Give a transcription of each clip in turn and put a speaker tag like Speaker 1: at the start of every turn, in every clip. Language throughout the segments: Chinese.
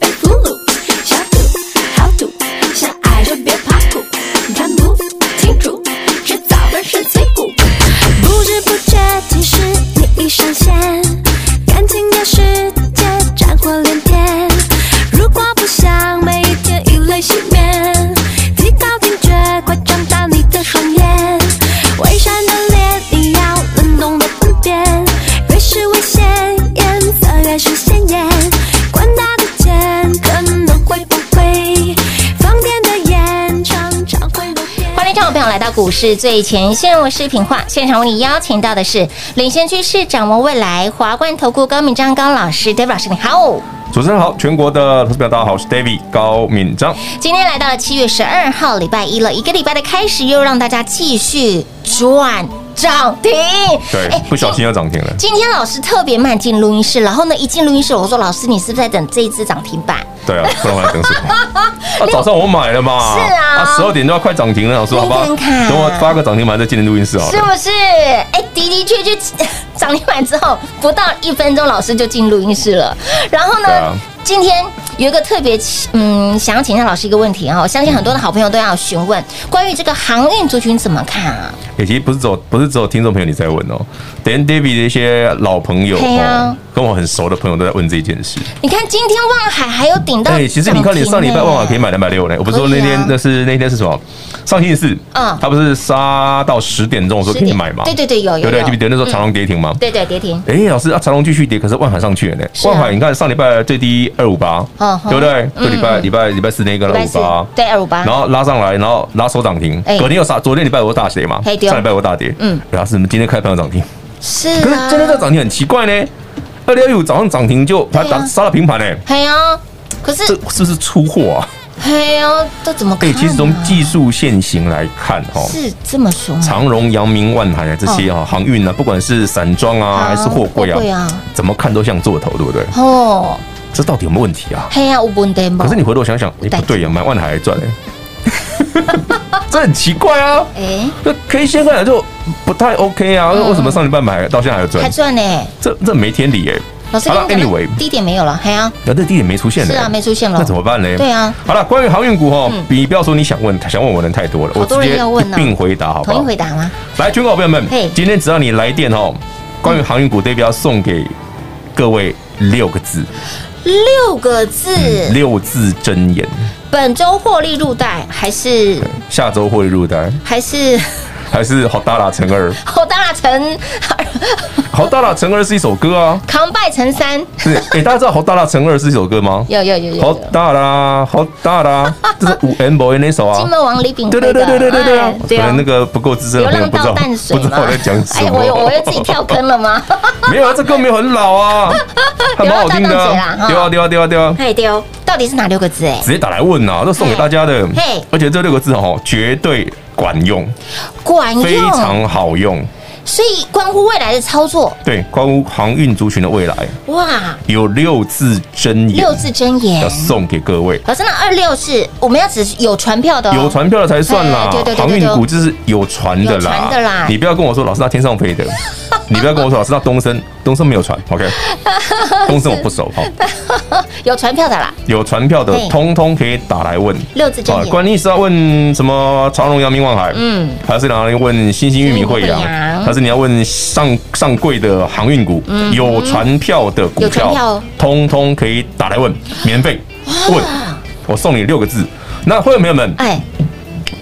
Speaker 1: 被俘虏。小赌豪赌，相爱就别怕苦，看不清楚，迟早人是脆骨。不知不觉，其实你已上线，感情的世界战火连天。如果不想每一天以泪洗面，提高警觉，快张大你的双眼。伪善的脸，你要能懂得分辨，越是危险，颜色越是鲜艳。管他的钱可能会不会，放电的眼常常会露面。
Speaker 2: 欢迎听众朋友来到股市最前线，我是品化。现场为你邀请到的是领先趋势、掌握未来华冠投顾高敏章高老师，David 老师，你好。
Speaker 3: 主持人好，全国的投资表大家好，我是 David 高敏章。
Speaker 2: 今天来到了七月十二号，礼拜一了，一个礼拜的开始，又让大家继续赚涨停。
Speaker 3: 对
Speaker 2: 哎，
Speaker 3: 不小心又涨停了。
Speaker 2: 今天老师特别慢进录音室，然后呢，一进录音室，我说老师，你是不是在等这一只涨停板？
Speaker 3: 对 啊，不然我还等什么？啊，早上我买了嘛。
Speaker 2: 是啊
Speaker 3: 十二点都要快涨停了，我说好吧，
Speaker 2: 你看看
Speaker 3: 等我发个涨停板再进来录音室好
Speaker 2: 是啊
Speaker 3: 了。
Speaker 2: 不是？哎，的的确确 涨停板之后不到一分钟，老师就进录音室了。然后呢，
Speaker 3: 对啊
Speaker 2: 今天有一个特别奇嗯，想要请教老师一个问题啊，我相信很多的好朋友都要询问关于这个航运族群怎么看啊？
Speaker 3: 也其实不是只有不是只有听众朋友你在问哦，连 David 的一些老朋友
Speaker 2: 嘿啊
Speaker 3: 哦，跟我很熟的朋友都在问这件事。
Speaker 2: 你看今天望海还有顶到、
Speaker 3: 哎，其实你看，你上礼拜万华可以
Speaker 2: 买，
Speaker 3: 买两百六嘞，我不是说
Speaker 2: 可以
Speaker 3: 那
Speaker 2: 啊
Speaker 3: 天那是那天是什么？上星期四，
Speaker 2: 嗯
Speaker 3: 他不是杀到十点钟的时候可以买吗？
Speaker 2: 对对对，有有
Speaker 3: 对不对？
Speaker 2: 有嗯
Speaker 3: 记不记得那时候长隆跌停吗？
Speaker 2: 对对跌停，
Speaker 3: 哎，老师啊，长隆继续跌，可是万海上去了呢。
Speaker 2: 啊
Speaker 3: 万海，你看上礼拜最低二五八
Speaker 2: 嗯，
Speaker 3: 对不对？
Speaker 2: 嗯
Speaker 3: 就礼拜礼拜礼拜四那个
Speaker 2: 礼
Speaker 3: 二
Speaker 2: 拜
Speaker 3: 五
Speaker 2: 四
Speaker 3: 八，
Speaker 2: 对二五八，
Speaker 3: 然后拉上来，然后拉手涨停
Speaker 2: 哎。
Speaker 3: 隔天又杀，昨天礼拜我大跌嘛，
Speaker 2: 嘿对
Speaker 3: 上礼拜我大跌，
Speaker 2: 嗯
Speaker 3: 嗯，然后是我们今天开盘有涨停，
Speaker 2: 是
Speaker 3: 可是
Speaker 2: 啊，
Speaker 3: 今天这涨停很奇怪呢。二六一五早上涨停就它
Speaker 2: 对啊
Speaker 3: 打杀到平盘呢，
Speaker 2: 嘿啊，可是
Speaker 3: 这是不是出货啊？
Speaker 2: 嘿啊，这怎么看、
Speaker 3: 对，
Speaker 2: 啊？
Speaker 3: 其实从技术哦线型来看，哈，
Speaker 2: 是啊这么说吗？
Speaker 3: 长荣、阳明、万海啊这些哈航运啊，不管是散装啊还是货柜
Speaker 2: 货柜
Speaker 3: 啊
Speaker 2: 啊，
Speaker 3: 怎么看都像做头，对不对？
Speaker 2: 哦，
Speaker 3: 这到底有没有问题啊？
Speaker 2: 嘿啊，有问题吗？
Speaker 3: 可是你回头想想，哎，不对呀，买万海还赚哎， 这很奇怪啊。
Speaker 2: 哎、
Speaker 3: 这 K 线看起来就不太 OK 啊，
Speaker 2: 嗯
Speaker 3: 为什么上礼拜买到现在还有
Speaker 2: 还
Speaker 3: 赚？
Speaker 2: 赚呢、
Speaker 3: 这这没天理哎。
Speaker 2: 老师
Speaker 3: 好了
Speaker 2: 刚刚讲
Speaker 3: ，anyway，
Speaker 2: 的低点没有了，嘿啊，
Speaker 3: 那这地点没出现呢
Speaker 2: 是啊，没出现了，
Speaker 3: 那怎么办呢？
Speaker 2: 对啊，
Speaker 3: 好了，关于航运股哈
Speaker 2: 嗯，
Speaker 3: 比不要说你想问想问我的人太多了，
Speaker 2: 好
Speaker 3: 我
Speaker 2: 多
Speaker 3: 直
Speaker 2: 人
Speaker 3: 接
Speaker 2: 要问啊
Speaker 3: 一并回答好不
Speaker 2: 统一
Speaker 3: 好？
Speaker 2: 回答吗？
Speaker 3: 来，全国好朋友们
Speaker 2: 嘿，
Speaker 3: 今天只要你来电哦，关于航运股，对标送给各位六个字，
Speaker 2: 六个字，
Speaker 3: 六字真言。
Speaker 2: 本周获利入袋还是
Speaker 3: 下周会入单，
Speaker 2: 还是
Speaker 3: 还是好大啦乘 二？
Speaker 2: 好大乘
Speaker 3: 好大啦乘二是一首歌啊，
Speaker 2: 扛败乘三，
Speaker 3: 是哎、大家知道好大啦乘二是一首歌吗？
Speaker 2: 有有 有有
Speaker 3: 好
Speaker 2: 有。
Speaker 3: 大啦，好大啦，这是五 M boy 那首啊
Speaker 2: 金。门王李炳辉的，
Speaker 3: 对对对对对对对啊
Speaker 2: 哎！
Speaker 3: 可
Speaker 2: 对啊
Speaker 3: 能那个不够资深
Speaker 2: 流
Speaker 3: 的朋友
Speaker 2: 浪
Speaker 3: 不知
Speaker 2: 到
Speaker 3: 道
Speaker 2: 淡水
Speaker 3: 不知
Speaker 2: 嘛
Speaker 3: 道 我在讲什
Speaker 2: 哎，
Speaker 3: 么。
Speaker 2: 我又我又 自己跳坑了吗？
Speaker 3: 没有啊，这歌没有很 老啊，还蛮好听的
Speaker 2: 流浪到淡水啦哈
Speaker 3: 啊。对啊对啊对啊对啊。
Speaker 2: 嘿丢，到底是哪六个字？哎，
Speaker 3: 直接打来问啊呐，这送给大家的
Speaker 2: 嘿，
Speaker 3: 而且这六个字哦，绝对管用，
Speaker 2: 管
Speaker 3: 非
Speaker 2: 用，
Speaker 3: 常好用，
Speaker 2: 所以关乎未来的操作。
Speaker 3: 对，关乎航运族群的未来，
Speaker 2: 哇，
Speaker 3: 有六字真言，
Speaker 2: 六字真言
Speaker 3: 要。送给各位。
Speaker 2: 老师，那二六是我们要只是有船票的、哦，
Speaker 3: 有船票的才算啦
Speaker 2: 哎对对对，对
Speaker 3: 航运股就是有船的
Speaker 2: 有
Speaker 3: 啦
Speaker 2: 船的啦，
Speaker 3: 你不要跟我说老师他天 上飞的，你不要跟我说老师他东升，东升没有船，OK，东升我不熟哈，
Speaker 2: 有船票的啦。
Speaker 3: 有船票的
Speaker 2: 嘿
Speaker 3: 通通可以打来问。
Speaker 2: 六字真
Speaker 3: 啊，
Speaker 2: 言，
Speaker 3: 关键是要问什么长荣、阳明、望海，
Speaker 2: 嗯
Speaker 3: 嗯，还是然后问新兴玉米、惠
Speaker 2: 新兴玉米惠阳嗯
Speaker 3: 阳，还是你要问上上柜的航运股，有船票的股
Speaker 2: 有船票哦
Speaker 3: 票，通通可以打来问，免费问，我送你六个字。那会员朋友们，
Speaker 2: 哎，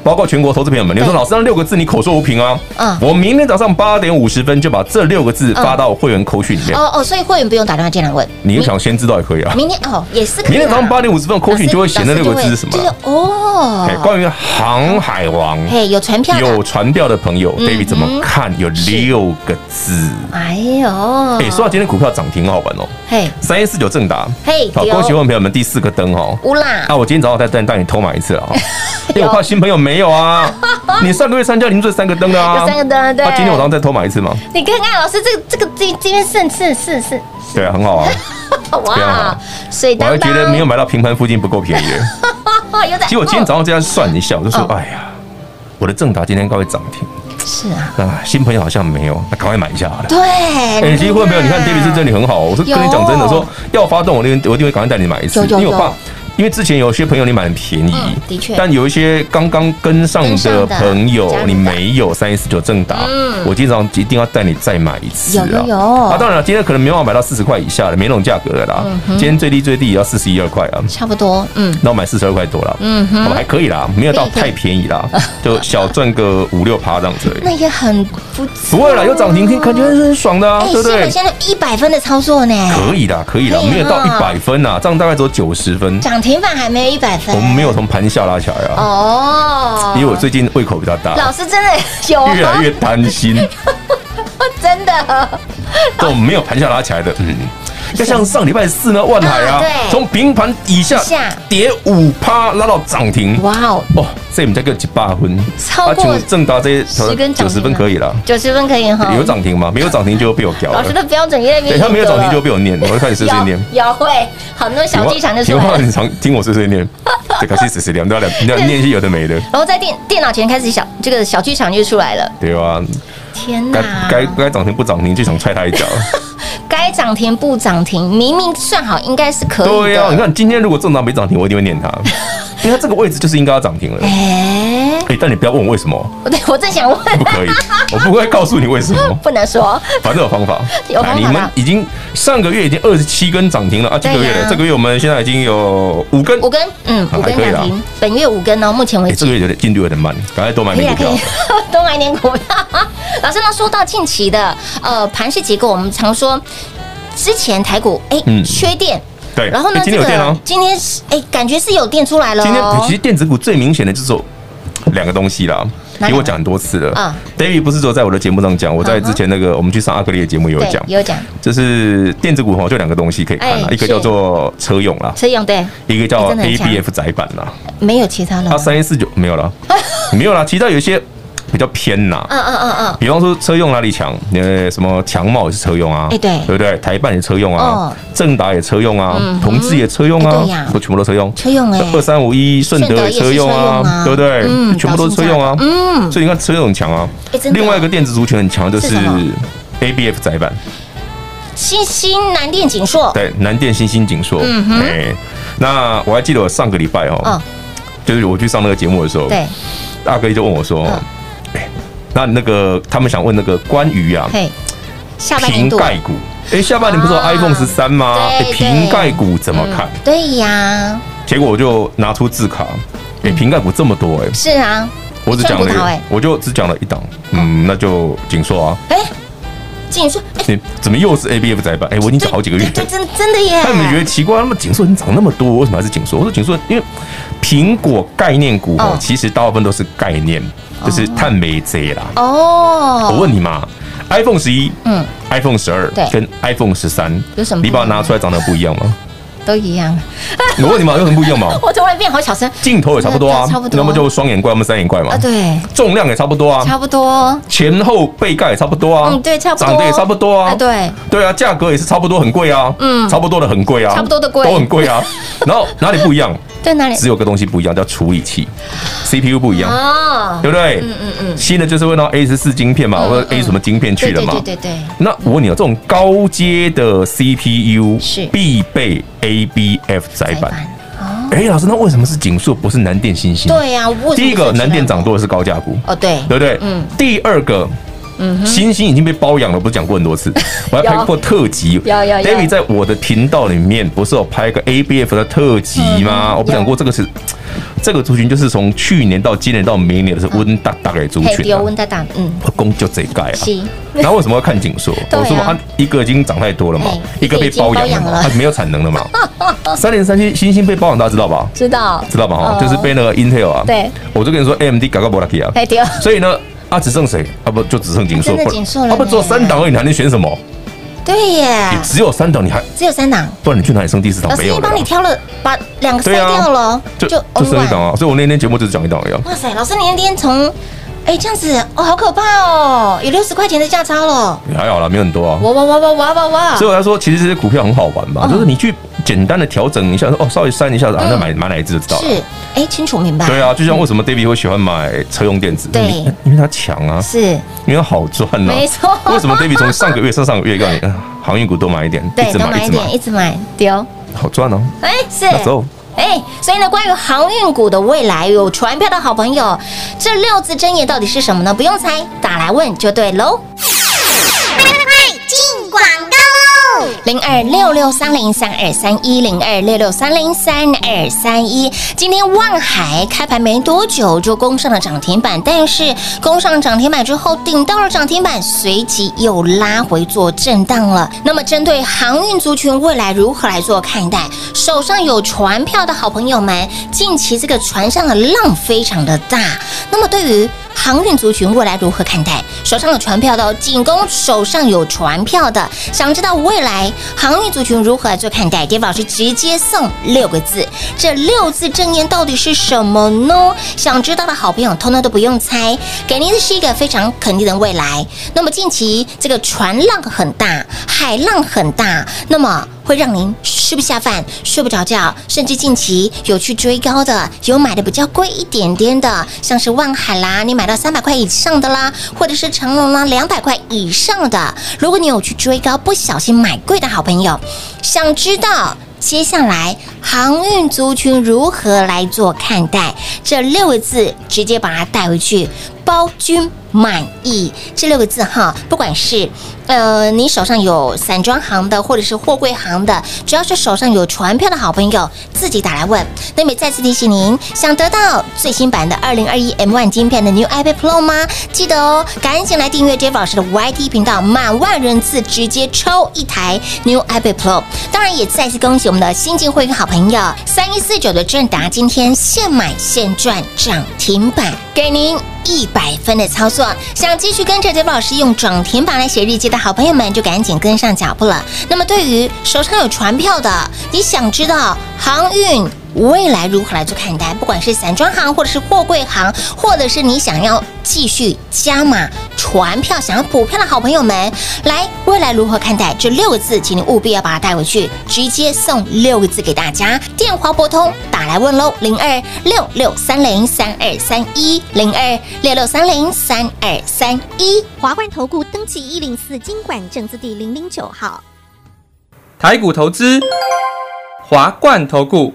Speaker 3: 包括全国投资朋友们，你说
Speaker 2: 对
Speaker 3: 老师那六个字你口说无凭啊？
Speaker 2: 嗯
Speaker 3: 我明天早上八点五十分就把这六个字发到会员口讯里面，
Speaker 2: 哦哦，所以会员不用打电话进来问，
Speaker 3: 你想先知道也可以啊。
Speaker 2: 明天哦也是可以啦。
Speaker 3: 明天早上八点五十分，
Speaker 2: 老
Speaker 3: 口
Speaker 2: 师
Speaker 3: 讯就会写那六个字
Speaker 2: 老
Speaker 3: 是
Speaker 2: 师
Speaker 3: 什么
Speaker 2: 就会？就
Speaker 3: 啊
Speaker 2: 是
Speaker 3: 哎，
Speaker 2: 哦，
Speaker 3: 关于航海王
Speaker 2: 嘿，嗯有船票
Speaker 3: 有
Speaker 2: 了，
Speaker 3: 传调的朋友，David 怎么看？有六个字。
Speaker 2: 哎呦，
Speaker 3: 哎，说到今天股票涨停，很好玩哦。
Speaker 2: 嘿，
Speaker 3: 三一四九正达，
Speaker 2: 嘿
Speaker 3: 好，
Speaker 2: 有
Speaker 3: 恭喜我们朋友们第四个灯哦。
Speaker 2: 乌啦，
Speaker 3: 那我今天早上再带带你偷买一 次了啊，因为
Speaker 2: 有
Speaker 3: 我怕新朋友没 有啊。你上个月参加您这三个灯的啊，
Speaker 2: 有三个灯对
Speaker 3: 那今天我早上再偷买一次嘛，
Speaker 2: 你看看老师这个这个今今天是是是是，
Speaker 3: 对啊，很 好啊。非常
Speaker 2: 哇
Speaker 3: 好，
Speaker 2: 水
Speaker 3: 我
Speaker 2: 当
Speaker 3: 还
Speaker 2: 当，
Speaker 3: 觉得没有买到平盘附近不够便宜耶，
Speaker 2: 哦，有点，
Speaker 3: 结果今天早上这样算一下，我就说
Speaker 2: 哦，
Speaker 3: 哎呀，我的正达今天应该会涨停
Speaker 2: 哦是啊，
Speaker 3: 啊，新朋友好像没有，那赶快买一下好了。
Speaker 2: 对，
Speaker 3: 哎，机会没有？你看 David 是真
Speaker 2: 里，
Speaker 3: 的很好哦，我是跟你讲真的，
Speaker 2: 有
Speaker 3: 说要发动，我那边我一定会赶快带你买一次
Speaker 2: 有，有
Speaker 3: 因为我
Speaker 2: 有
Speaker 3: 怕。因为之前有些朋友你买很便宜
Speaker 2: 嗯，的确
Speaker 3: 但有一些刚刚跟上
Speaker 2: 跟上的
Speaker 3: 的朋友
Speaker 2: 加入，的嗯
Speaker 3: 你没有三一四九正达，我今天早上一定要带你再买一次啊。
Speaker 2: 有有有
Speaker 3: 啊，当然了，今天可能没办法买到四十块以下的，没那种价格的啦。
Speaker 2: 嗯
Speaker 3: 今天最低最低也要四十一二块啊。
Speaker 2: 差不多，嗯，
Speaker 3: 那我买四十二块多了，嗯
Speaker 2: 哼
Speaker 3: 还可以啦，没有到
Speaker 2: 可以可以
Speaker 3: 太便宜啦，就小赚个五六趴这样子而 已。
Speaker 2: 那也哦很不错
Speaker 3: 不会啦，有涨停，可以感觉是很爽的啊，
Speaker 2: 哎，
Speaker 3: 对不
Speaker 2: 是
Speaker 3: 对
Speaker 2: 我？现在一百分的操作呢，
Speaker 3: 可以的，可以的
Speaker 2: 可以，嗯
Speaker 3: 没有到一
Speaker 2: 哈
Speaker 3: 百分呐，这样大概只有九十分。
Speaker 2: 涨停板还没有一百分，
Speaker 3: 我们没有从盘下拉起来啊，
Speaker 2: 哦，
Speaker 3: 因为我最近胃口比较大，
Speaker 2: 老师真的有
Speaker 3: 越
Speaker 2: 啊
Speaker 3: 来，越担心
Speaker 2: 真的
Speaker 3: 这 种没有盘下拉起来的，嗯。要像上礼拜四呢，万海
Speaker 2: 啊
Speaker 3: 啊
Speaker 2: 对，
Speaker 3: 从平盘以下
Speaker 2: 以下
Speaker 3: 跌五趴拉到涨停，
Speaker 2: 哇哦，
Speaker 3: 哦，这我们再个几八分，
Speaker 2: 超过
Speaker 3: 就正达这
Speaker 2: 十根涨停
Speaker 3: 九十分可以了。
Speaker 2: 九十分可以哈，
Speaker 3: 有涨停吗？没有涨停就被我屌
Speaker 2: 老师
Speaker 3: 了。
Speaker 2: 的标准越来越严
Speaker 3: 对
Speaker 2: 格
Speaker 3: 他
Speaker 2: 了，
Speaker 3: 没有涨停就被我念，我就开始碎碎念。
Speaker 2: 有有会好多小剧场就
Speaker 3: 请
Speaker 2: 出
Speaker 3: 问
Speaker 2: 来了
Speaker 3: 请问，你常听我碎碎念，这开始碎碎念，不要聊， 不要念一些有的没的，
Speaker 2: 然后在电电脑前开始小这个小剧场就出来了，
Speaker 3: 对吧？
Speaker 2: 天
Speaker 3: 该
Speaker 2: 哪！
Speaker 3: 该该涨停不涨停就想踹他 一脚，
Speaker 2: 该涨停不涨停，明明算好应该是可以的。
Speaker 3: 对啊呀。你看今天如果正常没涨停，我一定会 念他，因为他这个位置就是应该要涨停了。
Speaker 2: 哎，
Speaker 3: 哎，但你不要问我为 什么，
Speaker 2: 我对我正想问，
Speaker 3: 不可以，我不会告诉你为什么。
Speaker 2: 不能说，，
Speaker 3: 反正有方法
Speaker 2: 有方法
Speaker 3: 哎你们已经上个月已经二十七根涨停了啊，这个月
Speaker 2: 对呀
Speaker 3: 呢？这个月我们现在已经有五根，
Speaker 2: 五根，嗯，
Speaker 3: 啊还
Speaker 2: 五根
Speaker 3: 可以啦
Speaker 2: 涨停，本月五根哦，目前为
Speaker 3: 哎，
Speaker 2: 止。
Speaker 3: 这个月有点进度有点慢，赶快多买
Speaker 2: 可以
Speaker 3: 点
Speaker 2: 啊，
Speaker 3: 股
Speaker 2: 可
Speaker 3: 票
Speaker 2: 以。 多买一点股票。老师，那说到近期的呃盘市结构，我们常说之前台股哎、
Speaker 3: 嗯
Speaker 2: 缺电，
Speaker 3: 对，
Speaker 2: 然后呢
Speaker 3: 哎今天有电哦。
Speaker 2: 今天是哎、感觉是有电出来了、哦，
Speaker 3: 今天哎其实电子股最明显的就是有两个东西啦，
Speaker 2: 哪两个
Speaker 3: 因为我讲很多次了。
Speaker 2: 嗯
Speaker 3: David 不是只有在我的节目上讲，我在
Speaker 2: 嗯哼
Speaker 3: 之前那个我们去上阿格里的节目也有
Speaker 2: 对
Speaker 3: 讲，
Speaker 2: 有讲
Speaker 3: 就是电子股哈，就两个东西可以看啦，
Speaker 2: 哎
Speaker 3: 一个叫做车用啦，
Speaker 2: 车用对，
Speaker 3: 一个叫
Speaker 2: 哎真的很强嗯
Speaker 3: ABF 窄板啦。
Speaker 2: 没有其他了
Speaker 3: 它。三一四九没有了，没有啦，其他有一些比较偏啦。
Speaker 2: 嗯嗯嗯嗯，
Speaker 3: 比方说车用哪里强？呃，什么强茂也是车用啊，
Speaker 2: 哎对
Speaker 3: 对不对？台办也车用啊
Speaker 2: 哦，
Speaker 3: 正达也车用啊，同志也车用
Speaker 2: 哎
Speaker 3: 啊
Speaker 2: 对呀，
Speaker 3: 都全部都车用。
Speaker 2: 车用哎、
Speaker 3: 二三五一顺德也车用啊，对
Speaker 2: 顺
Speaker 3: 不
Speaker 2: 德也是车
Speaker 3: 对
Speaker 2: 用啊？嗯
Speaker 3: 全部都是车用啊
Speaker 2: 搞。成这样嗯
Speaker 3: 所以你看车用很强啊
Speaker 2: 哎真。的
Speaker 3: 另外一个电子族群很强就是是
Speaker 2: 什么
Speaker 3: ABF 载板，
Speaker 2: 新兴南电景硕，
Speaker 3: 对，南电、新兴、景硕。
Speaker 2: 嗯哼
Speaker 3: 哎，那我还记得我上个礼拜
Speaker 2: 嗯
Speaker 3: 哦，就是我去上那个节目的时候，
Speaker 2: 对，
Speaker 3: 大哥就问我说
Speaker 2: 嗯：“
Speaker 3: 哎那那个他们想问那个关于啊
Speaker 2: 嘿，下半
Speaker 3: 瓶
Speaker 2: 年度
Speaker 3: 盖股，哎，下半年不是有
Speaker 2: 啊
Speaker 3: iPhone 十三吗？哎
Speaker 2: 对对嗯
Speaker 3: 瓶盖股怎么看？
Speaker 2: 对呀，
Speaker 3: 结果我就拿出字卡，哎，瓶盖股这么多哎，
Speaker 2: 是啊，
Speaker 3: 我只讲
Speaker 2: 嗯算葡萄哎
Speaker 3: 了，我就只讲了一档，
Speaker 2: 哦
Speaker 3: 嗯，那就紧缩啊，
Speaker 2: 哎、景硕，哎、
Speaker 3: 你怎么又是 ABF 窄板？哎，我已经讲好几个月
Speaker 2: 对，对啊真真的耶，
Speaker 3: 他们觉得奇怪，那么紧缩已经涨那么多，为什么还是紧缩？我说紧缩，因为苹果概念股哦
Speaker 2: 哦，
Speaker 3: 其实大部分都是概念，就是碳媒贼啦。
Speaker 2: 哦，
Speaker 3: 我问你嘛，iPhone 十一，
Speaker 2: 嗯
Speaker 3: 嗯，iPhone 十二
Speaker 2: 对，
Speaker 3: 跟 iPhone 十三
Speaker 2: 有什么不一样
Speaker 3: 你把它拿出来长得不一样吗？
Speaker 2: 都一样。
Speaker 3: 我问你嘛，有什么不一 样嘛？
Speaker 2: 我突然变好小声
Speaker 3: 镜头也差不多啊
Speaker 2: 差不，多
Speaker 3: 要么就双眼怪，要么三眼怪嘛
Speaker 2: 啊！，对，
Speaker 3: 重量也差不多啊，
Speaker 2: 差不多。
Speaker 3: 前后背盖也差不多啊，
Speaker 2: 嗯，对，差不多。
Speaker 3: 长得也差不多啊
Speaker 2: 哎，，对，
Speaker 3: 对啊，价格也是差不多，很贵啊，
Speaker 2: 嗯
Speaker 3: 嗯，差不多的很贵啊，
Speaker 2: 差不多的贵哎
Speaker 3: 都很贵 啊。然后哪里不一样？
Speaker 2: 对哪里？
Speaker 3: 只有个东西不一样，叫处理器，CPU 不一样，
Speaker 2: 哦，
Speaker 3: 对不对？嗯嗯嗯。新的就是问到 A 十四晶片嘛，或者 A 什么晶片去
Speaker 2: 对
Speaker 3: 了
Speaker 2: 对
Speaker 3: 嘛
Speaker 2: 嗯对，对对，
Speaker 3: 那我问你哦，这种高阶的 CPU
Speaker 2: 是
Speaker 3: 必备 ABF 载
Speaker 2: 白
Speaker 3: 板。
Speaker 2: 板。
Speaker 3: 哎、老师，那为什么是锦硕不是南电新星？啊
Speaker 2: 对呀，我为什么
Speaker 3: 第一个
Speaker 2: 不知道
Speaker 3: 南电涨。多的是高价股，
Speaker 2: 哦，对，
Speaker 3: 对不对？
Speaker 2: 啊嗯
Speaker 3: 第二个星星已经被包养了，不是讲过很 多次，我还拍过特辑。
Speaker 2: 有有有
Speaker 3: David 在我的频道里面不是有拍个 ABF 的特辑
Speaker 2: 嗯
Speaker 3: 吗？我不讲过这个是这个族群，就是从去年到今年到明年的是温大大概族
Speaker 2: 嗯嘿，
Speaker 3: 群
Speaker 2: 丢
Speaker 3: 啊，
Speaker 2: 温大大，嗯，
Speaker 3: 我公就这一盖啊。
Speaker 2: 是
Speaker 3: 然后为什么要看紧缩？
Speaker 2: 对啊
Speaker 3: 我说嘛，啊，一个已经涨太多了嘛
Speaker 2: 哎，
Speaker 3: 一个被包养了嘛，啊
Speaker 2: 一个已经包养了
Speaker 3: 它没有产能了嘛。 三零三七星星被包养，大家知道吧？
Speaker 2: 知道，
Speaker 3: 知道吧？哈，
Speaker 2: 嗯
Speaker 3: 就是被那个 Intel 啊。
Speaker 2: 对，
Speaker 3: 我就跟你说，AMD 搞搞不拉提啊。
Speaker 2: 嘿丢，
Speaker 3: 所以呢，啊，只剩谁？啊，不，就只剩锦硕，
Speaker 2: 啊真的
Speaker 3: 不
Speaker 2: 景硕了
Speaker 3: 啊，不，
Speaker 2: 呢
Speaker 3: 只有三档而已，你还能选什么？
Speaker 2: 对耶
Speaker 3: 你，只有三档，你还
Speaker 2: 只有三档，
Speaker 3: 不然你去哪里升第四档
Speaker 2: 啊老？师
Speaker 3: 没
Speaker 2: 已
Speaker 3: 有
Speaker 2: 经
Speaker 3: 了
Speaker 2: 帮你
Speaker 3: 啦，
Speaker 2: 挑了，把两个筛
Speaker 3: 对啊
Speaker 2: 掉了哦，
Speaker 3: 就就
Speaker 2: 偶
Speaker 3: 剩
Speaker 2: 尔
Speaker 3: 一档啊。所以我那天节目就是讲一档而已啊。
Speaker 2: 哇塞，老师，你那天从哎这样子哦，好可怕哦，有六十块钱的价差了，
Speaker 3: 也还好啦，没有很多啊。
Speaker 2: 哇哇嗯哇哇哇哇哇
Speaker 3: 所！以我才说，其实这些股票很好玩嘛，就是你去简单的调整一下，说哦，稍微删一下，然后再买买哪一只就知道了。
Speaker 2: 嗯是，哎，清楚明白，
Speaker 3: 对啊，就像为什么 David 会喜欢买车用电子？
Speaker 2: 对
Speaker 3: 因为因为它强啊，
Speaker 2: 是
Speaker 3: 因为它好赚啊。
Speaker 2: 没错
Speaker 3: 为什么 David 从上个月、上上个月告诉你，啊航运股多买一点，
Speaker 2: 对
Speaker 3: 一，直
Speaker 2: 多买
Speaker 3: 买一
Speaker 2: 一
Speaker 3: 直
Speaker 2: 点，
Speaker 3: 买，
Speaker 2: 一直买，丢，
Speaker 3: 好赚哦。
Speaker 2: 哎，是，
Speaker 3: 那时候
Speaker 2: 哎，所以呢，关于航运股的未来，有船票的好朋友，这六字真言到底是什么呢？不用猜，打来问就对喽。零二六六三零三二三一零二六六三零三二三一。今天望海开盘没多久就攻上了涨停板，但是攻上涨停板之后顶到了涨停板，随即又拉回做震荡了。那么针对航运族群未来如何来做看待？手上有船票的好朋友们，近期这个船上的浪非常的大，那么对于航运族群未来如何看待？手上有船票的哦，仅供手上有船票的，想知道未来航运族群如何来做看待？跌老师直接送六个字，这六字正言到底是什么呢？想知道的好朋友，通通都不用猜，给您的是一个非常肯定的未来。那么近期这个船浪很大，海浪很大，那么会让您吃不下饭、睡不着觉，甚至近期有去追高的，有买的比较贵一点点的，像是万海啦，你买到三百块以上的啦，或者是长隆啦，两百块以上的。如果你有去追高，不小心买贵的好朋友，想知道。接下来，航运族群如何来做看待？这六个字直接把它带回去，包君满意这六个字哈，不管是呃你手上有散装行的，或者是货柜行的，只要是手上有船票的好朋友，自己打来问。那么也再次提醒您，想得到最新版的二零二一 M One 晶片的 New iPad Pro 吗？记得哦，赶紧来订阅 Jeff 老师的 YT 频道，满万人次直接抽一台 New iPad Pro。当然也再次恭喜我们的新进会员好朋友三一四九的正达，今天现买现赚涨停板，给您一百分的操作。想继续跟着 Jeff 老师用涨停板来写日记的好朋友们，就赶紧跟上脚步了。那么对于手上有船票的，你想知道航运？未来如何来做看待？不管是散装行，或者是货柜行，或者是你想要继续加码船票、想要补票的好朋友们，来，未来如何看待这六个字，请你务必要把它带回去，直接送六个字给大家。电话拨通，打来问喽，零二六六三零三二三一零二六六三零三二三一。
Speaker 4: 华冠投顾登记一零四经管证字第零零九号。
Speaker 5: 台股投资，华冠投顾。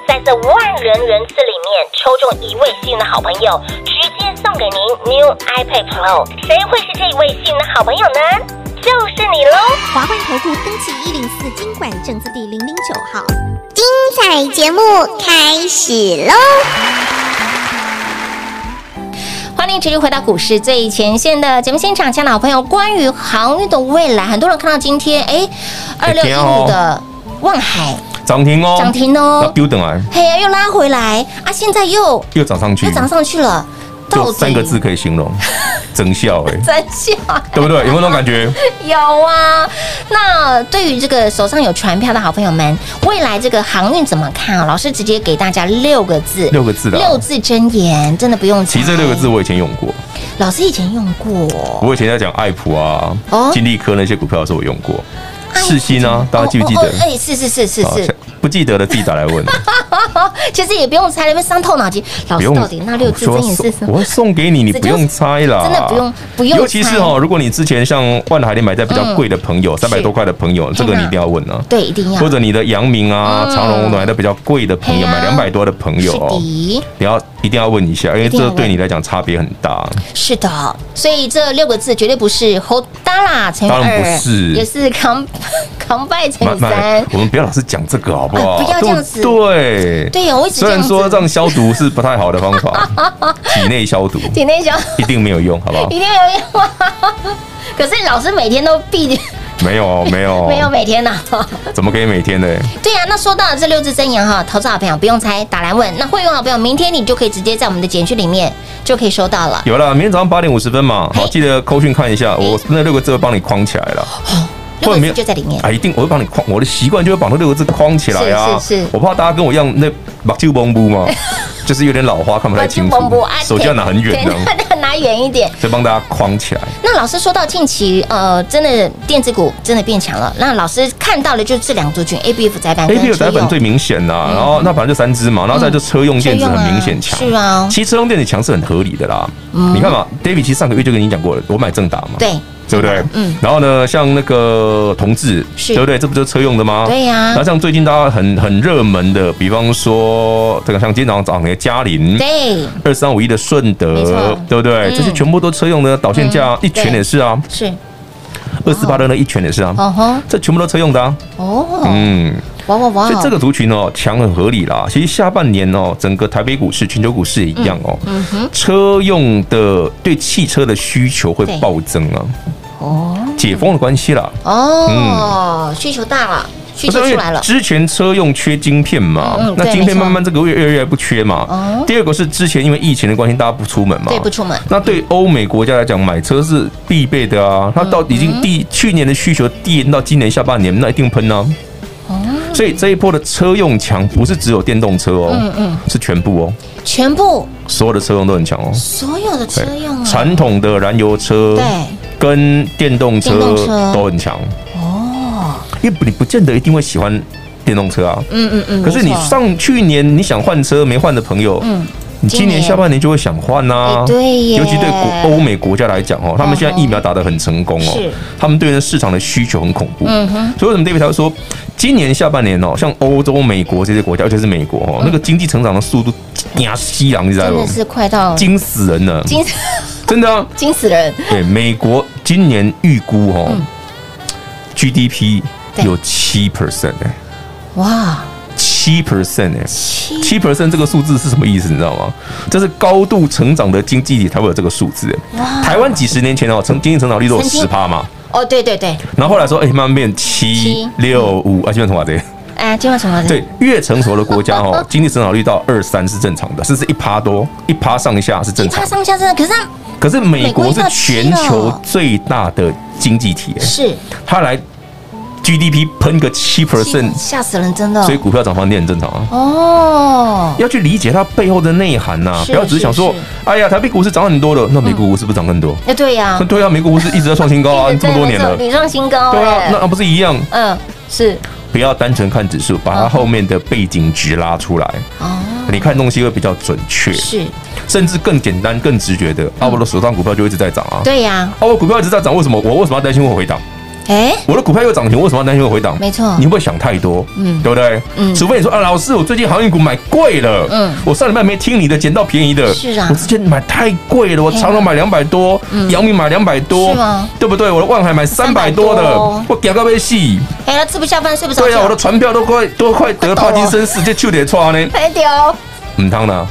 Speaker 6: 在这万人人次里面抽中一位幸运的好朋友，直接送送给您 New iPad Pro，谁会是这一位幸运的好朋友呢？就是你喽！
Speaker 4: 华冠投顾登记一零四经管证字第零零九号。
Speaker 7: 彩节目开始喽！
Speaker 2: 欢迎持续回到股市最前线的节目现场，亲爱的好朋友，关于航运的未来，很多人看到今天，哎，二六一五的望海
Speaker 3: 涨停哦，
Speaker 2: 涨停哦
Speaker 3: 那丢等来
Speaker 2: 嘿呀，又拉回来啊！现在又
Speaker 3: 又涨上去，
Speaker 2: 又涨上去了，到
Speaker 3: 就
Speaker 2: 底
Speaker 3: 三个字可以 形容，整笑哎、
Speaker 2: 真相
Speaker 3: 对不对？有没有那种感觉？
Speaker 2: 有啊。那对于这个手上有船票的好朋友们，未来这个航运怎么看啊？老师直接给大家六个字，
Speaker 3: 六个字的啊、
Speaker 2: 六字真言，真的不用猜。
Speaker 3: 其实这六个字，我以前用过，
Speaker 2: 老师以前用过，
Speaker 3: 我以前在讲爱普啊
Speaker 2: 哦、
Speaker 3: 金利科那些股票的时候，我用过。世新啊，大家记不记
Speaker 2: 哦
Speaker 3: 得
Speaker 2: 哦？哦哎，是是是是
Speaker 3: 好
Speaker 2: 是，
Speaker 3: 不记得的自己打来问，
Speaker 2: 其实也不用猜，那边伤透脑筋。老
Speaker 3: 不
Speaker 2: 师
Speaker 3: 用
Speaker 2: 到底那六字
Speaker 3: 我
Speaker 2: 真
Speaker 3: 说
Speaker 2: 言是什么？
Speaker 3: 我送给你，你
Speaker 2: 这
Speaker 3: 不
Speaker 2: 就
Speaker 3: 用猜啦，
Speaker 2: 真的不用不用嗯
Speaker 3: 尤其是哦，如果你之前像万海你买在比较贵的朋友，三百
Speaker 2: 是
Speaker 3: 多块的朋友，这个
Speaker 2: 天
Speaker 3: 你
Speaker 2: 哪
Speaker 3: 一定要问啊。
Speaker 2: 对，一定要
Speaker 3: 或者你的阳明啊、
Speaker 2: 嗯
Speaker 3: 长荣买的比较贵的朋友，
Speaker 2: 嘿
Speaker 3: 买
Speaker 2: 啊
Speaker 3: 两百多的朋友
Speaker 2: 是
Speaker 3: 哦，
Speaker 2: 的，
Speaker 3: 你要一定要问一下，因为
Speaker 2: 定要
Speaker 3: 这
Speaker 2: 问
Speaker 3: 对你来讲差别很大。
Speaker 2: 是的，所以这六个字绝对不是 hold 搭啦乘以
Speaker 3: 当然
Speaker 2: 二，
Speaker 3: 不是
Speaker 2: 也是 com com by 乘以哎三。
Speaker 3: 我们不要老是讲这个好不好？
Speaker 2: 啊不要这样子
Speaker 3: 对不对。
Speaker 2: 对呀，我一直
Speaker 3: 虽
Speaker 2: 这
Speaker 3: 然
Speaker 2: 样
Speaker 3: 说
Speaker 2: 子。
Speaker 3: 让消毒是不太好的方法，体内消毒
Speaker 2: 体内小
Speaker 3: 一定没有用，好不好
Speaker 2: 一？定有用啊！可是老师每天都必
Speaker 3: 没有没有
Speaker 2: 没有每天呐、
Speaker 3: 怎么可以每天呢？
Speaker 2: 对啊呀、那说到这六字真言哈，投资好朋友不用猜，打来问。那会用好朋友，明天你就可以直接在我们的简讯里面就可以收到了。
Speaker 3: 有了，明天早上八点五十分嘛，
Speaker 2: 哎
Speaker 3: 好，记得扣讯看一下，我那六个字会帮你框起来了。
Speaker 2: 六
Speaker 3: 会
Speaker 2: 个
Speaker 3: 没
Speaker 2: 字
Speaker 3: 有
Speaker 2: 就在里面。
Speaker 3: 啊，一定我会帮你框，我的习惯就会把那六个字框起来啊。
Speaker 2: 是是是
Speaker 3: 我怕大家跟我一样那把就蒙布嘛，就是有点老花看不太清
Speaker 2: 我就蒙不
Speaker 3: 楚
Speaker 2: 啊，
Speaker 3: 手机要拿很远
Speaker 2: 对
Speaker 3: 的，
Speaker 2: 对拿远一点。
Speaker 3: 就帮大家框起来。
Speaker 2: 那老师说到近期，呃，真的电子股真的变强了。那老师看到的就是这两个族群，A B F 窄板
Speaker 3: A
Speaker 2: 跟
Speaker 3: P 有
Speaker 2: 车
Speaker 3: 载
Speaker 2: 用
Speaker 3: 板最明显啦，然后那反正就三只嘛，然后再就车用电子很明显强
Speaker 2: 车。用啊是啊，
Speaker 3: 其实车用电子强是很合理的啦，你看嘛，David 其实上个月就跟你讲过了，我买正达嘛，
Speaker 2: 对，
Speaker 3: 对不对？
Speaker 2: 嗯，
Speaker 3: 然后呢，像那个同志，
Speaker 2: 是
Speaker 3: 对不对？这不就是车用的吗？
Speaker 2: 对呀
Speaker 3: 然后像最近大家很很热门的，比方说这个像今天早上涨的嘉麟，
Speaker 2: 对，
Speaker 3: 二三五一的顺
Speaker 2: 没
Speaker 3: 德
Speaker 2: 错，
Speaker 3: 对不对？
Speaker 2: 嗯
Speaker 3: 这些全部都车用的导线架，一拳也是啊，
Speaker 2: 是，
Speaker 3: 二四八的那一拳也是啊，
Speaker 2: 哦吼，
Speaker 3: 这全部都车用的啊。
Speaker 2: 哦，
Speaker 3: 嗯，
Speaker 2: 哇哇哇
Speaker 3: 所以，这个族群哦，强很合理啦。其实下半年哦，整个台北股市、全球股市也一样哦，
Speaker 2: 嗯哼，
Speaker 3: 车用的对汽车的需求会
Speaker 2: 对
Speaker 3: 暴增啊，
Speaker 2: 哦
Speaker 3: 解封的关系啦。嗯
Speaker 2: 哦，需求大了，需求出来了，
Speaker 3: 之前车用缺晶片嘛，
Speaker 2: 嗯嗯
Speaker 3: 那
Speaker 2: 对
Speaker 3: 晶片
Speaker 2: 没错
Speaker 3: 慢慢这个月越来越不缺嘛。
Speaker 2: 哦
Speaker 3: 第二个是之前因为疫情的关系，大家不出门嘛。
Speaker 2: 对，不出门，
Speaker 3: 那对欧美国家来讲，买车是必备的啊。它到已
Speaker 2: 嗯
Speaker 3: 经第去年的需求递延到今年下半年，那一定喷啊。
Speaker 2: 哦
Speaker 3: 所以这一波的车用强不是只有电动车哦，
Speaker 2: 嗯嗯，
Speaker 3: 是全部哦，
Speaker 2: 全部
Speaker 3: 所有的车用都很强哦。
Speaker 2: 所有的车用啊，
Speaker 3: 传统的燃油车
Speaker 2: 对
Speaker 3: 跟电动车
Speaker 2: 电动车
Speaker 3: 都很强，
Speaker 2: 哦，
Speaker 3: 因为你不见得一定会喜欢电动车啊。
Speaker 2: 嗯嗯嗯，
Speaker 3: 可是你
Speaker 2: 没错
Speaker 3: 上去年你想换车没换的朋友，
Speaker 2: 嗯
Speaker 3: 你今
Speaker 2: 今年
Speaker 3: 年下半年就会想换呐、
Speaker 2: 哎对耶嗯
Speaker 3: 尤其对国欧美国家来讲哦，他们现在疫苗打得很成功哦，
Speaker 2: 是
Speaker 3: 他们对那市场的需求很恐怖。
Speaker 2: 嗯哼，
Speaker 3: 所以为什么 David 他会说，今年下半年哦，像欧洲、美国这些国家，尤其是美国哦，那个经济成长的速度呀西洋，你知道
Speaker 2: 嗯真
Speaker 3: 吗
Speaker 2: 的？是快到
Speaker 3: 惊死人了，
Speaker 2: 惊
Speaker 3: 真的啊！
Speaker 2: 惊死人，
Speaker 3: 对，美国今年预估哦、
Speaker 2: 嗯
Speaker 3: g d p
Speaker 2: 对
Speaker 3: 有七 percent 哎，
Speaker 2: 哇，
Speaker 3: 七 percent 哎，
Speaker 2: 七
Speaker 3: 七 percent 这个数字是什么意思？你知道吗？这是高度成长的经济体才会有这个数字哎。台湾几十年前哦，成经济成长率都有
Speaker 2: 曾经
Speaker 3: 十趴嘛，
Speaker 2: 哦，对对对，
Speaker 3: 然后后来说哎、慢慢变七
Speaker 2: 七
Speaker 3: 六五啊，基本什么对？
Speaker 2: 哎，今晚什么？
Speaker 3: 对，越成熟的国家哦，经济成长率到二三是正常的，甚至一趴多一趴上下是正
Speaker 2: 一
Speaker 3: 常
Speaker 2: 趴
Speaker 3: 的。
Speaker 2: 上下真的，可是它
Speaker 3: 可是美
Speaker 2: 美国
Speaker 3: 国是
Speaker 2: 一到七
Speaker 3: 全
Speaker 2: 了
Speaker 3: 球最大的经济体哎。
Speaker 2: 是
Speaker 3: 他来 GDP 喷个七 percent，
Speaker 2: 吓死人，真的
Speaker 3: 所以股票涨翻天很正常啊。
Speaker 2: 哦，
Speaker 3: 要去理解它背后的内涵呐、
Speaker 2: 是
Speaker 3: 不要只是想说
Speaker 2: 是是，
Speaker 3: 哎呀，台北股市涨很多了，那美国股市不是涨更多？
Speaker 2: 哎，对呀
Speaker 3: 那，对啊，美国股市一直在创新高啊，
Speaker 2: 一直
Speaker 3: 这么多年了。
Speaker 2: 你创新高
Speaker 3: 对啊，
Speaker 2: 哎
Speaker 3: 那，那不是一样？
Speaker 2: 嗯，是
Speaker 3: 不要单纯看指数，把它后面的背景值拉出来，
Speaker 2: 哦，
Speaker 3: 你看东西会比较准确，
Speaker 2: 是嗯
Speaker 3: 甚至更简单、更直觉的。啊，我的手上股票就一直在涨啊，
Speaker 2: 对呀，
Speaker 3: 啊，我股票一直在涨，为什么我为什么要担心我回档？
Speaker 2: 哎，
Speaker 3: 我的股票又涨停，为什么要担心会回档？
Speaker 2: 没错
Speaker 3: 你会不会想太多？
Speaker 2: 嗯
Speaker 3: 嗯，对不对？
Speaker 2: 嗯
Speaker 3: 除非你说啊，老师，我最近航运股买贵了，
Speaker 2: 嗯
Speaker 3: 嗯，我上礼拜没听你的，捡到便宜的，
Speaker 2: 是啊嗯
Speaker 3: 我之前买太贵了，我长隆买两百多，阳明买两百多
Speaker 2: 是吗，
Speaker 3: 对不对？我的万海买三百多
Speaker 2: 300
Speaker 3: 的
Speaker 2: 多哦，
Speaker 3: 我屌到被戏，
Speaker 2: 哎，他吃不下饭，睡不着
Speaker 3: 对啊，
Speaker 2: 觉
Speaker 3: 我的，船票都快都快得帕金森氏，这就得错 呢，
Speaker 2: 哎丢，
Speaker 3: 嗯，汤呢？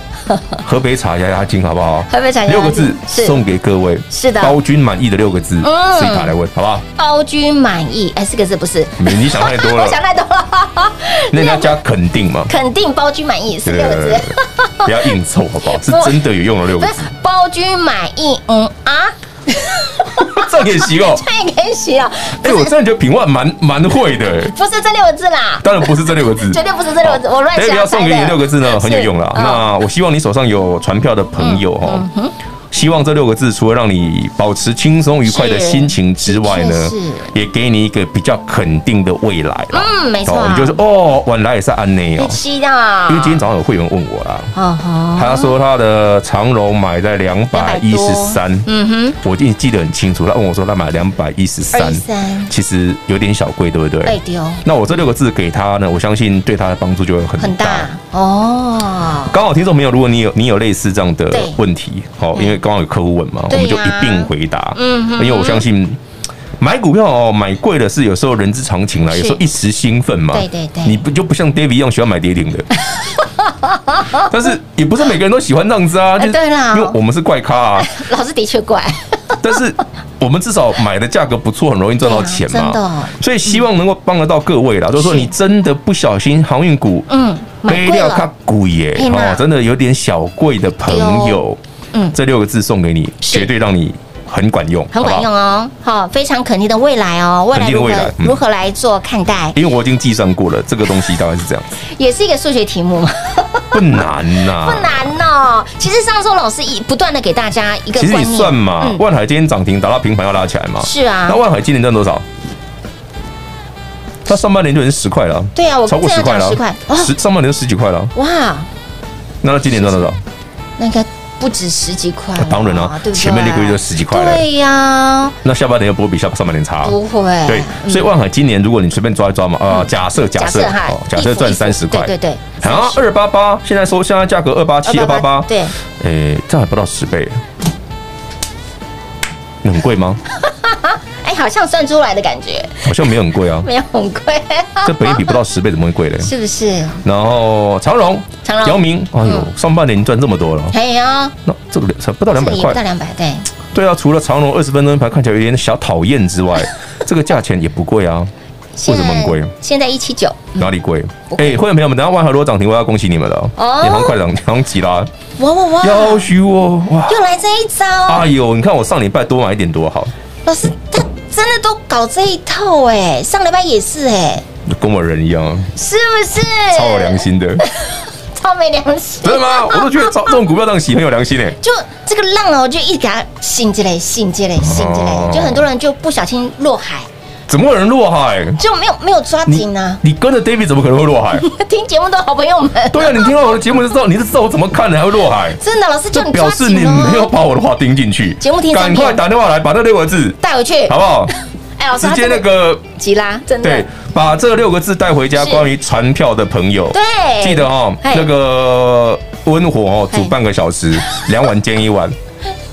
Speaker 3: 喝杯茶压压惊，好不好？
Speaker 2: 喝杯茶压压惊
Speaker 3: 六个字
Speaker 2: 是
Speaker 3: 送给各位，
Speaker 2: 是的
Speaker 3: 包君满意的六个字，
Speaker 2: 嗯
Speaker 3: 自己打来问，好不好？
Speaker 2: 包君满意，哎，四个字不是，
Speaker 3: 你你想太多 了
Speaker 2: 我，想太多了，
Speaker 3: 那你要
Speaker 2: 啊
Speaker 3: 加肯定嘛？
Speaker 2: 肯定包君满意是
Speaker 3: 对
Speaker 2: 六
Speaker 3: 对
Speaker 2: 个
Speaker 3: 对
Speaker 2: 字
Speaker 3: 对，对，不要硬凑好不好？ 是真的有用的六
Speaker 2: 不
Speaker 3: 个
Speaker 2: 是
Speaker 3: 字，
Speaker 2: 包君满意，嗯啊，
Speaker 3: 这样也行 哦。
Speaker 2: 那也可以学啊，
Speaker 3: 哎，我真的觉得品万蛮蛮会的，哎
Speaker 2: 不是这六个字 啦，
Speaker 3: 当然不是这六个字，
Speaker 2: 绝对不 是这六个字，我乱
Speaker 3: 等一
Speaker 2: 想要
Speaker 3: 下哎要送给你六个字呢，很有用啦。
Speaker 2: 嗯
Speaker 3: 那我希望你手上有船票的朋友哦，希望这六个字除了让你保持轻松愉快的
Speaker 2: 是
Speaker 3: 心情之外
Speaker 2: 的确
Speaker 3: 呢
Speaker 2: 是，
Speaker 3: 也给你一个比较肯定的未来啦。
Speaker 2: 嗯，没错
Speaker 3: 哦
Speaker 2: 啊，，
Speaker 3: 你就是哦，晚来也是安内哦
Speaker 2: 第。七的，
Speaker 3: 因为今天早上有会员问我啦，
Speaker 2: 嗯哼，
Speaker 3: 他说他的长荣买在两百一十三，
Speaker 2: 嗯哼，
Speaker 3: 我记记得很清楚，他问我说他买两百一十三，
Speaker 2: 23
Speaker 3: 其实有点小贵，对不对？
Speaker 2: 哎丢，
Speaker 3: 那我这六个字给他呢，我相信对他的帮助就会很大。
Speaker 2: 很大哦，
Speaker 3: 刚好听众朋友，如果你有你有类似这样的
Speaker 2: 对
Speaker 3: 问题，好，因为刚好有客户问嘛，我
Speaker 2: 对呀
Speaker 3: 们就一并回答。
Speaker 2: 嗯哼
Speaker 3: 因为我相信买股票哦，买贵的是有时候人之常情啦，
Speaker 2: 是
Speaker 3: 有时候一时兴奋嘛。
Speaker 2: 对对对
Speaker 3: 你不就不像 David 一样喜欢买 跌停的？但是也不是每个人都喜欢这样子啊，
Speaker 2: 哎
Speaker 3: 就是
Speaker 2: 对啦
Speaker 3: 因为我们是怪咖啊，
Speaker 2: 老师的确 怪，
Speaker 3: 但是我们至少买的价格不错，很容易赚到钱
Speaker 2: 对啊真的
Speaker 3: 嘛。所以希望能够帮得到各位啦，就是说
Speaker 2: 是
Speaker 3: 你真的不小心航运股，
Speaker 2: 嗯，买贵
Speaker 3: 它
Speaker 2: 了，
Speaker 3: 贵耶
Speaker 2: 嘿呐
Speaker 3: 哦，真的有点小贵的朋
Speaker 2: 对
Speaker 3: 友，
Speaker 2: 嗯
Speaker 3: 这六个字送给你，绝对让你很管用，
Speaker 2: 很管用
Speaker 3: 好不好。
Speaker 2: 哦，好，非常肯定的未来哦，未来
Speaker 3: 肯定
Speaker 2: 如
Speaker 3: 的
Speaker 2: 何
Speaker 3: 未来嗯
Speaker 2: 如何来做看待，
Speaker 3: 因为我已经计算过了，这个东西大概是 这样，
Speaker 2: 也是一个数学题 目嘛，
Speaker 3: 不难呐、
Speaker 2: 不。难哦。其实上周老师一不断的给大家一个
Speaker 3: 其实
Speaker 2: 观
Speaker 3: 你
Speaker 2: 念，
Speaker 3: 算嘛，
Speaker 2: 嗯
Speaker 3: 万海今天涨停达到平盘要拉起来嘛，
Speaker 2: 是啊
Speaker 3: 那，万海今年赚多少？它上半年就已经十块了啊，
Speaker 2: 对啊，我
Speaker 3: 超过
Speaker 2: 正
Speaker 3: 十
Speaker 2: 要
Speaker 3: 块
Speaker 2: 讲
Speaker 3: 了
Speaker 2: 十块
Speaker 3: 啊，，
Speaker 2: 哦
Speaker 3: 十上半年都十几块了啊。
Speaker 2: 哇，
Speaker 3: 那它今年赚多少？啊
Speaker 2: 那应该不止十几块了，
Speaker 3: 当然了
Speaker 2: 哎啊对不对
Speaker 3: 前面那个月就十几块了
Speaker 2: 对呀，
Speaker 3: 那下半年又不会比下上半年差啊。
Speaker 2: 不会，嗯
Speaker 3: 对，所以万海今年如果你随便抓一抓嘛，啊，假设假设
Speaker 2: 哈
Speaker 3: 哦，假设赚
Speaker 2: 一幅
Speaker 3: 三十块，
Speaker 2: 对对对，
Speaker 3: 好，二八八，现在收现在价格二八七二八八，
Speaker 2: 对，
Speaker 3: 诶，这还不到十倍，那很贵 吗？
Speaker 2: 哎，好像算出来的感觉，，
Speaker 3: 好像没有很贵啊
Speaker 2: 没有很贵，
Speaker 3: 这本一比不到十倍怎么会贵嘞？
Speaker 2: 是不是？
Speaker 3: 然后长荣、
Speaker 2: 长荣嗯
Speaker 3: 姚明，哎呦，上半年赚这么多了，
Speaker 2: 哎呀，
Speaker 3: 那这个才不到两百
Speaker 2: 也不
Speaker 3: 块
Speaker 2: 到，两百，对，
Speaker 3: 对啊，除了长荣二十分钟一盘看起来有点小讨厌 之外，这个价钱也不贵啊，为什么很贵？
Speaker 2: 现在一七九，
Speaker 3: 哪里贵？
Speaker 2: 嗯不贵
Speaker 3: 哎，会员朋友们，等一下万和罗涨停，我要恭喜你们了
Speaker 2: 哦啊
Speaker 3: 哦，也行快涨，行急啦，
Speaker 2: 哇哇哇，
Speaker 3: 要虚哦，哇！
Speaker 2: 又来这一招，
Speaker 3: 哎呦，你看我上礼拜多买一点多好，
Speaker 2: 老师他真的都搞这一套哎，上礼拜也是哎，
Speaker 3: 跟我人一样，
Speaker 2: 是不是？
Speaker 3: 超有良，心呃的，
Speaker 2: 哎超没良心，
Speaker 3: 真 的吗？我都觉得超这种股票让洗很有良心哎、
Speaker 2: 就这个浪哦，就一直给它醒着嘞，醒着嘞，醒着嘞
Speaker 3: 哦，
Speaker 2: 就很多人就不小心落海，
Speaker 3: 怎么会有人落海？
Speaker 2: 就没有没有抓
Speaker 3: 你
Speaker 2: 紧呢、
Speaker 3: 你跟着 David 怎么可能 会落海？
Speaker 2: 听节目的好朋友们，
Speaker 3: 对啊，你听到我的节目就知道，你就知道我怎么看的还会落海。
Speaker 2: 真的老师叫
Speaker 3: 这
Speaker 2: 你
Speaker 3: 表
Speaker 2: 抓
Speaker 3: 示
Speaker 2: 紧
Speaker 3: 你
Speaker 2: 哦，
Speaker 3: 没有把我的话听进去。
Speaker 2: 节目听三
Speaker 3: 赶
Speaker 2: 遍
Speaker 3: 快打电话来把这六个字，
Speaker 2: 带回去。
Speaker 3: 好不好？
Speaker 2: 哎，老师
Speaker 3: 直
Speaker 2: 他
Speaker 3: 接
Speaker 2: 真
Speaker 3: 那
Speaker 2: 的
Speaker 3: 个
Speaker 2: 急啦，真的
Speaker 3: 对，把这六个字带回家。
Speaker 2: 是
Speaker 3: 关于船票的朋友，
Speaker 2: 对
Speaker 3: 记得哦，
Speaker 2: 嘿
Speaker 3: 那个温火哦，
Speaker 2: 嘿
Speaker 3: 煮半个 小时，两碗煎一碗，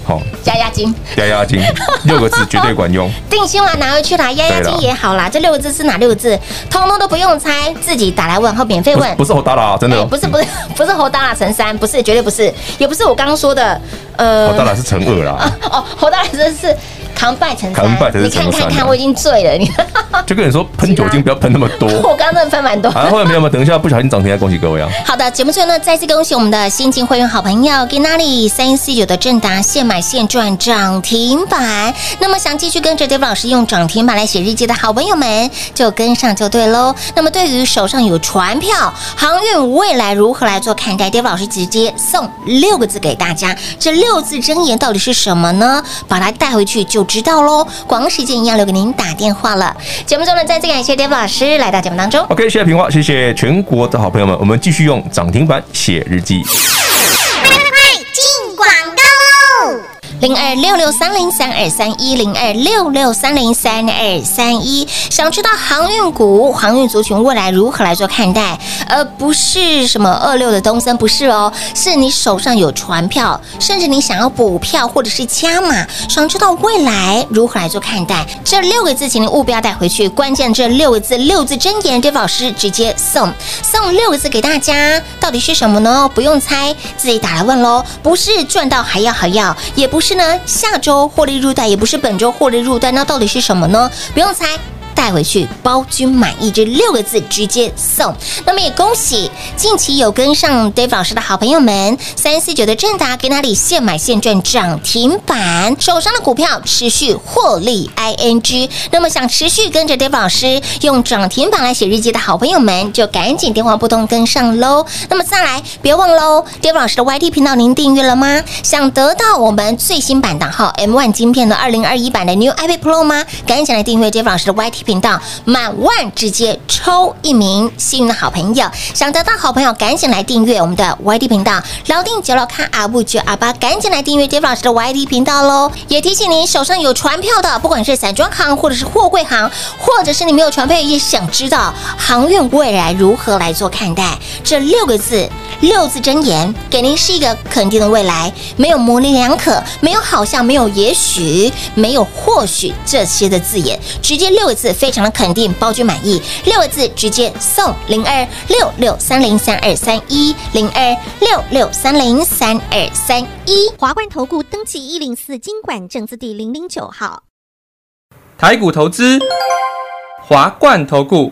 Speaker 3: 好。
Speaker 2: 加押金，
Speaker 3: 压压惊，六个字绝对 管用。
Speaker 2: 定心丸拿回去啦，压押
Speaker 3: 对
Speaker 2: 金
Speaker 3: 啦
Speaker 2: 也好啦，这六个字是哪六个字？通通都不用猜，自己打来问，或免费
Speaker 3: 不
Speaker 2: 问
Speaker 3: 是。不是好打打啊，真的
Speaker 2: 哎
Speaker 3: 哦
Speaker 2: 不是不是不是侯大啦乘三，不是绝对不是，也不是我刚刚说的，呃，
Speaker 3: 好打打是乘二 哦啦，
Speaker 2: 哦，侯大啦真是扛拜乘三，
Speaker 3: 扛拜乘
Speaker 2: 你看
Speaker 3: 三
Speaker 2: 看
Speaker 3: 乘
Speaker 2: 看，
Speaker 3: 三
Speaker 2: 我已经醉了，你
Speaker 3: 就跟你说喷酒精不要喷那么 多。
Speaker 2: 我刚刚真的翻蛮多。
Speaker 3: 好，后面朋友们，等一下不小心涨停，要恭喜各位啊！
Speaker 2: 好的，节目最后呢，再次恭喜我们的新进会员好朋友 g i n a l i 三一四九的正达现买现赚涨停板。那么想继续跟着 Dave 老师用涨停板来写日记的好朋友们，就跟上就对喽。那么对于手上有船票，航运未来如何来做看待？Dave 老师直接送六个字给大家，这六字箴言到底是什么呢？把它带回去就知道喽。广告时间一样留给您打电话了。节目中呢，再次感谢 Dave 老师来到节目当中。
Speaker 3: OK，谢谢平花，谢谢全国的好朋友们，我们继续用涨停板写日记。
Speaker 7: 进广告喽！
Speaker 2: 零二六六三零三二三一零二六六三零三二三一。想知道航运股、航运族群未来如何来做看待，而不是什么二六的东森，不是哦，是你手上有船票，甚至你想要补票或者是加码，想知道未来如何来做看待，这六个字请你务必要带回去。关键这六个字，六字真言 d a 老师直接送送六个字给大家，到底是什么呢？不用猜，自己打来问喽。不是赚到还要还要，也不是呢下周获利入袋，也不是本周获利入袋，那到底是什么呢？不用猜。带回去包君满意这六个字直接送。那么也恭喜近期有跟上 Dave 老师的好朋友们，三四九的正达给那里现买现赚涨停板，手上的股票持续获利 ing。那么想持续跟着 Dave 老师用涨停板来写日记的好朋友们，就赶紧电话拨通跟上喽。那么再来，别忘喽，Dave 老师的 YT 频道您订阅了吗？想得到我们最新版的号 M One 晶片的二零二一版的 New iPad Pro 吗？赶紧来订阅 Dave 老师的 YT 频道，满万直接抽一名幸运的好朋友。想得到好朋友，赶紧来订阅我们的 YT 频道，老定九老看阿布九阿八，赶紧来订阅 Dave 老师的 YT 频道喽。也提醒您，手上有船票的，不管是散装行或者是货柜行，或者是你没有船票，也想知道航运未来如何来做看待，这六个字。六字真言，给您是一个肯定的未来，没有模棱两可，没有好像，没有也许，没有或许这些的字眼，直接六个字，非常的肯定，包君满意，六个字直接送零二六六三零三二三一零二六六三零三二三一。
Speaker 4: 华冠投顾登记一零四经管证字第零零九号。
Speaker 5: 台股投资，华冠投顾。